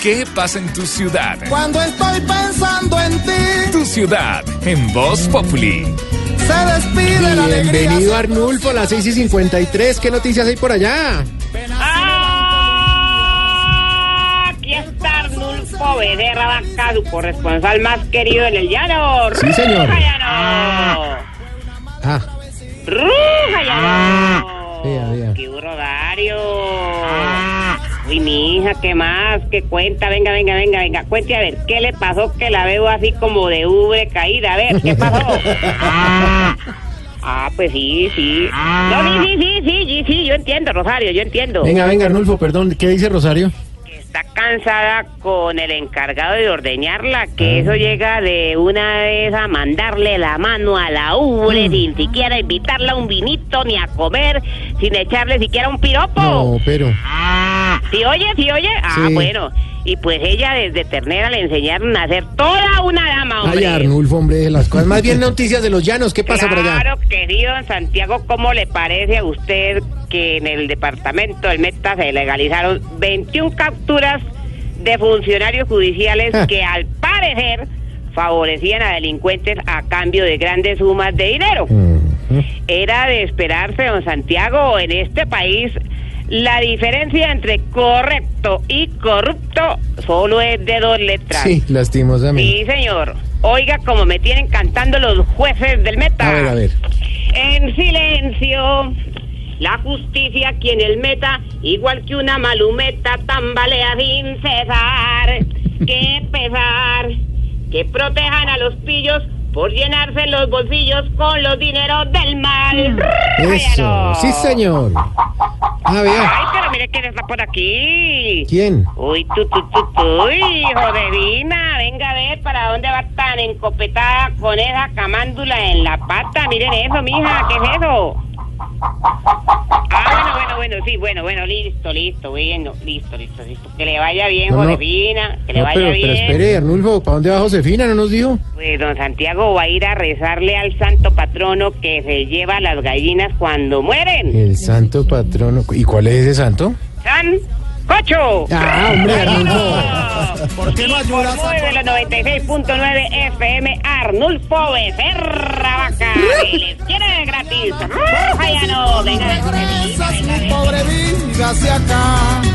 ¿Qué pasa en tu ciudad? Cuando estoy pensando en ti, Tu ciudad en Voz Populi. se despide la alegría. Bienvenido Arnulfo, las 6 y 53. ¿Qué noticias hay por allá? Aquí está Arnulfo Becerra Vaca, su corresponsal más querido en el llano. Sí, señor. ¡Ruja llano! Ah, ¡Ruja llano! vea, vea. ¡Qué burro Dario! Uy, mi hija, ¿qué más? ¿Qué cuenta? Venga, venga, venga, venga. Cuente a ver, ¿qué le pasó que la veo así como de ubre caída? A ver, ¿qué pasó? Ah, pues sí, sí. No, sí, sí, sí, sí, sí, sí, yo entiendo, Rosario, yo entiendo. Ah. venga, venga Arnulfo, perdón, ¿qué dice Rosario? Está cansada con el encargado de ordeñarla, Ah. que eso llega de una vez a mandarle la mano a la ubre Mm. sin siquiera invitarla a un vinito ni a comer, sin echarle siquiera un piropo. No, pero ¿Sí oye? ¿Sí oye? Ah, Sí. bueno. Y pues ella desde ternera le enseñaron a ser toda una dama, Ay, hombre. Arnulfo, hombre, de las cosas. Más bien noticias de los llanos, ¿qué pasa por allá? Claro, querido don Santiago, ¿cómo le parece a usted que en el departamento del Meta se legalizaron 21 capturas de funcionarios judiciales Ah. que al parecer favorecían a delincuentes a cambio de grandes sumas de dinero? Era de esperarse, don Santiago, en este país la diferencia entre correcto y corrupto solo es de dos letras. Sí, lastimosamente. Sí, señor. Oiga, como me tienen cantando los jueces del meta. A ver, a ver. En silencio. La justicia aquí en el meta, igual que una malumeta, tambalea sin cesar. Qué pesar. Que protejan a los pillos por llenarse los bolsillos con los dineros del mal. Eso, Bueno. sí, señor. Ah, Ay, vea. pero mire quién está por aquí. ¿Quién? Uy, tú, tú, tú, tú, hijo de Dina, venga a ver para dónde va tan encopetada con esa camándula en la pata. Miren eso, mija, ¿qué es eso? Ah, bueno, bueno, bueno, sí, bueno, bueno, listo, listo, bueno, listo, listo, listo. Que le vaya bien, No, no. Josefina, que le No, vaya pero, bien. pero espere, Arnulfo, ¿para dónde va Josefina? ¿No nos dijo? Pues don Santiago va a ir a rezarle al santo patrono que se lleva a las gallinas cuando mueren. El santo patrono. ¿Y cuál es ese santo? ¡San Cocho! Ah, hombre, Arnulfo. ¿Por qué no ayudas? de los 96.9 FM, Arnulfo Becerra Vaca. Y les quiere de gratis. ¡Ruja ya no! Venga, venga, Regresa venga, su venga. pobre vida hacia acá.